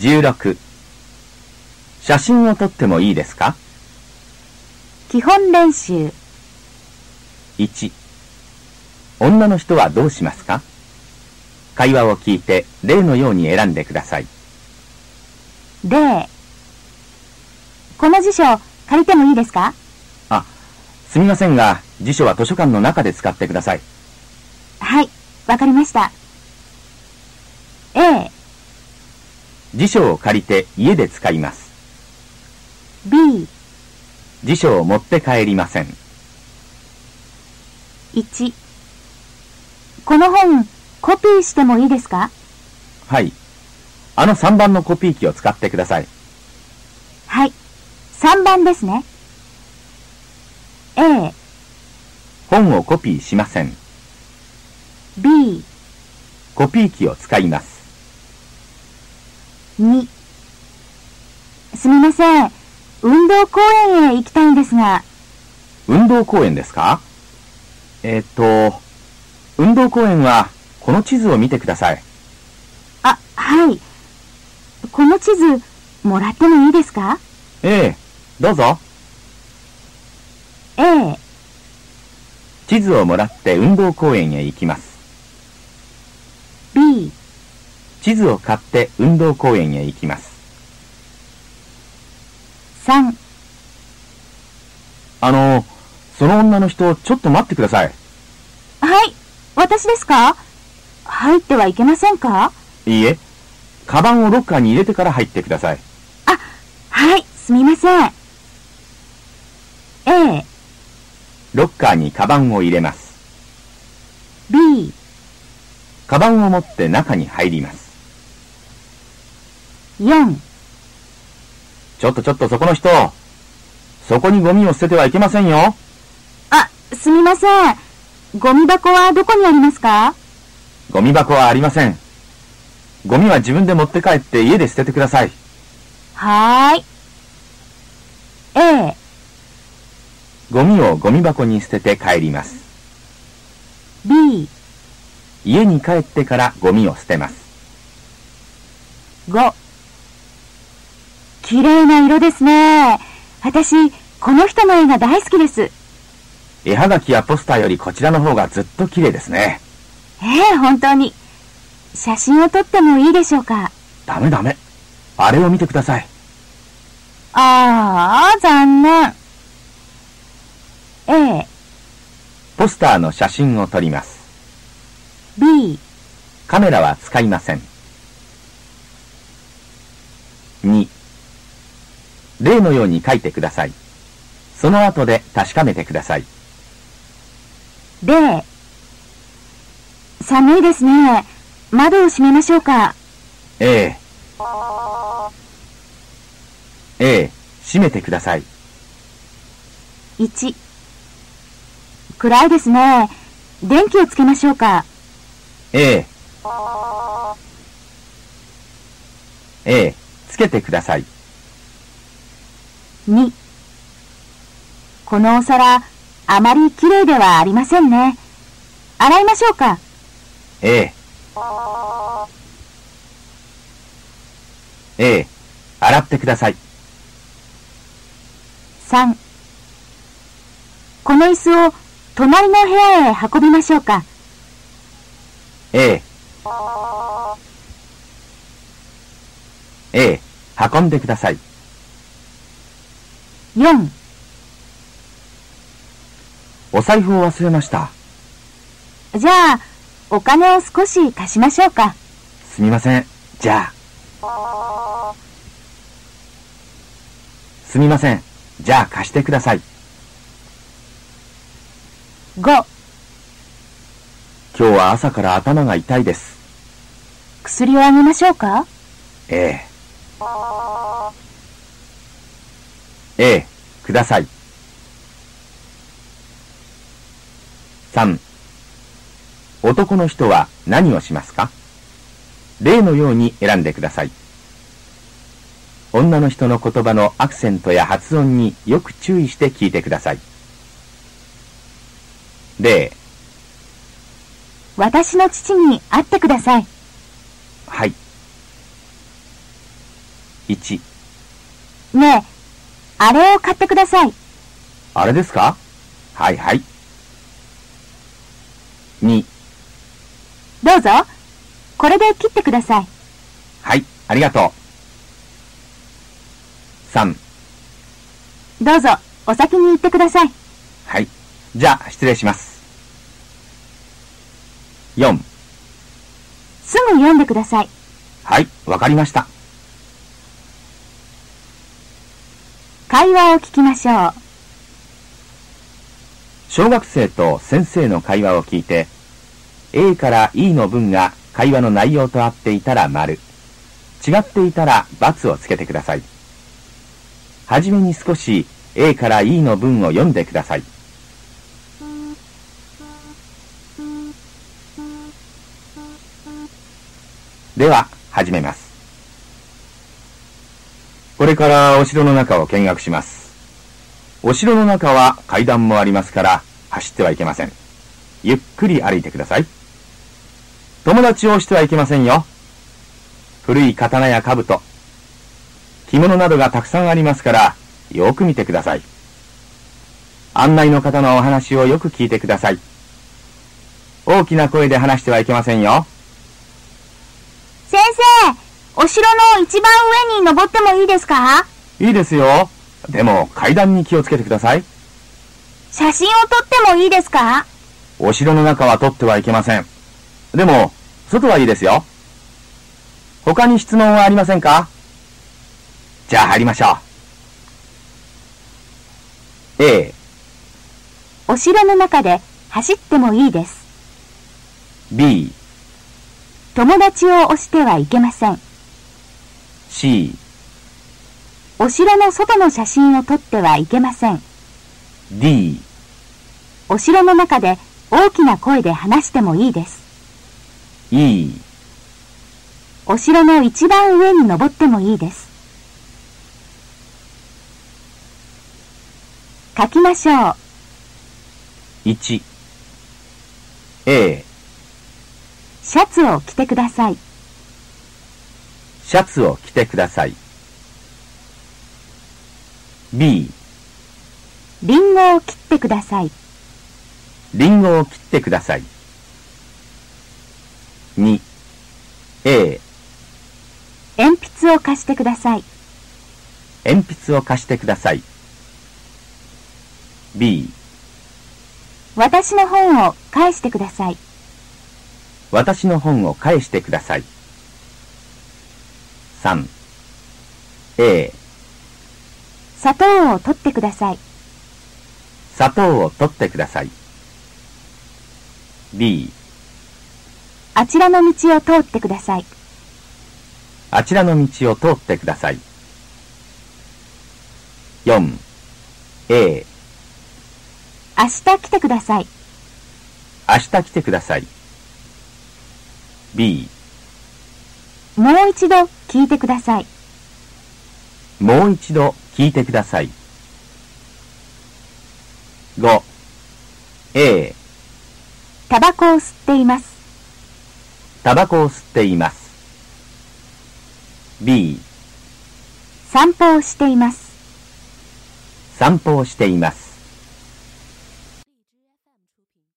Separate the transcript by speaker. Speaker 1: 16写真を撮ってもいいですか
Speaker 2: 基本練習、
Speaker 1: 1女の人はどうしますか会話を聞いて例のように選んでください
Speaker 2: 例。この辞書、借りてもいいですか
Speaker 1: あすみませんが辞書は図書館の中で使ってください
Speaker 2: はい、わかりました。A、
Speaker 1: 辞書を借りて家で使います
Speaker 2: B、
Speaker 1: 辞書を持って帰りません
Speaker 2: 1。この本、コピーしてもいいですか
Speaker 1: はいあの3番のコピー機を使ってください
Speaker 2: はい、3番ですね。A、
Speaker 1: 本をコピーしません
Speaker 2: B、
Speaker 1: コピー機を使います
Speaker 2: 2。すみません。運動公園へ行きたいんですが、
Speaker 1: 運動公園ですかえーっと運動公園はこの地図を見てください
Speaker 2: あ、はい。この地図、もらってもいいですか
Speaker 1: ええどうぞ
Speaker 2: ?A、
Speaker 1: 地図をもらって運動公園へ行きます
Speaker 2: B、
Speaker 1: 地図を買って運動公園へ行きます
Speaker 2: 3。
Speaker 1: あのその女の人ちょっと待ってください
Speaker 2: はい、私ですか入ってはいけませんか
Speaker 1: いいえカバンをロッカーに入れてから入ってください
Speaker 2: はい、すみません。A、
Speaker 1: ロッカーにカバンを入れます。
Speaker 2: B、
Speaker 1: カバンを持って中に入ります。
Speaker 2: 4。
Speaker 1: ちょっとちょっとそこの人。そこにゴミを捨ててはいけませんよ。
Speaker 2: あ、すみません。ゴミ箱はどこにありますか
Speaker 1: ゴミ箱はありません。ゴミは自分で持って帰って家で捨ててください。
Speaker 2: はーい。A、
Speaker 1: ゴミをゴミ箱に捨てて帰ります。
Speaker 2: B、
Speaker 1: 家に帰ってからゴミを捨てます。
Speaker 2: 5。綺麗な色ですね。私、この人の絵が大好きです。
Speaker 1: 絵はがきやポスターよりこちらの方がずっと綺麗ですね。
Speaker 2: ええ、本当に。写真を撮ってもいいでしょうか
Speaker 1: ダメダメ。あれを見てください。
Speaker 2: ああ、残念。A、
Speaker 1: ポスターの写真を撮ります。
Speaker 2: B、
Speaker 1: カメラは使いません。2例のように書いてください。その後で確かめてください。
Speaker 2: D。寒いですね。窓を閉めましょうか。
Speaker 1: A え。A、閉めてください。
Speaker 2: 1。暗いですね。電気をつけましょうか。
Speaker 1: A。A、つけてください。
Speaker 2: 2。このお皿、あまり綺麗ではありませんね。洗いましょうか。
Speaker 1: A。A、洗ってください。
Speaker 2: 3。この椅子を隣の部屋へ運びましょうか。
Speaker 1: A A 運んでください
Speaker 2: 4。
Speaker 1: お財布を忘れました
Speaker 2: じゃあ、お金を少し貸しましょうか。
Speaker 1: すみませんじゃあすみませんじゃあ貸してください
Speaker 2: 5。
Speaker 1: 今日は朝から頭が痛いです
Speaker 2: 薬をあげましょうか。
Speaker 1: A A ください3男の人は何をしますか例のように選んでください女の人の言葉のアクセントや発音によく注意して聞いてください例
Speaker 2: 私の父に会ってください。
Speaker 1: はい1、
Speaker 2: ねえ、あれを買ってください。
Speaker 1: あれですかはいはい。2、
Speaker 2: どうぞ。これで切ってください。
Speaker 1: はい、ありがとう。3、
Speaker 2: どうぞ、お先に行ってください。
Speaker 1: はい。じゃあ、失礼します。4、
Speaker 2: すぐ読んでください。
Speaker 1: はい、わかりました。
Speaker 2: 会話を聞きましょう。
Speaker 1: 小学生と先生の会話を聞いて、A から E の文が会話の内容と合っていたら丸、違っていたら×をつけてください。はじめに少し A から E の文を読んでください。では、始めます。これからお城の中を見学します。お城の中は階段もありますから走ってはいけません。ゆっくり歩いてください。友達をしてはいけませんよ。古い刀や兜、着物などがたくさんありますから、よく見てください。案内の方のお話をよく聞いてください。大きな声で話してはいけませんよ。
Speaker 2: 先生、お城の一番上に登ってもいいですか
Speaker 1: いいですよ。でも階段に気をつけてください。
Speaker 2: 写真を撮ってもいいですか
Speaker 1: お城の中は取ってはいけません。でも、外はいいですよ。他に質問はありませんかじゃあ入りましょう。A、
Speaker 2: お城の中で走ってもいいです。
Speaker 1: B、
Speaker 2: 友達を押してはいけません。
Speaker 1: C、
Speaker 2: お城の外の写真を撮ってはいけません。
Speaker 1: D、
Speaker 2: お城の中で大きな声で話してもいいです。
Speaker 1: E、
Speaker 2: お城の一番上に登ってもいいです。書きましょう。
Speaker 1: 1。A、
Speaker 2: シャツを着てください。
Speaker 1: シャツを着てください。B、
Speaker 2: リンゴを切ってください。
Speaker 1: リンゴを切ってください。2、A、
Speaker 2: 鉛筆を貸してください。
Speaker 1: 鉛筆を貸してください。B、
Speaker 2: 私の本を返してください。
Speaker 1: 私の本を返してください。3、A、
Speaker 2: 砂糖を取ってください。
Speaker 1: 砂糖を取ってください。B、
Speaker 2: あちらの道を通ってください。
Speaker 1: あちらの道を通ってください。4、A、
Speaker 2: 明日来てください。
Speaker 1: 明日来てください。B、
Speaker 2: もう一度聞いてください。
Speaker 1: もう一度聞いてください。5、A、
Speaker 2: タバコを吸っています。
Speaker 1: タバコを吸っています。B、
Speaker 2: 散歩をしています。
Speaker 1: 散歩をしています。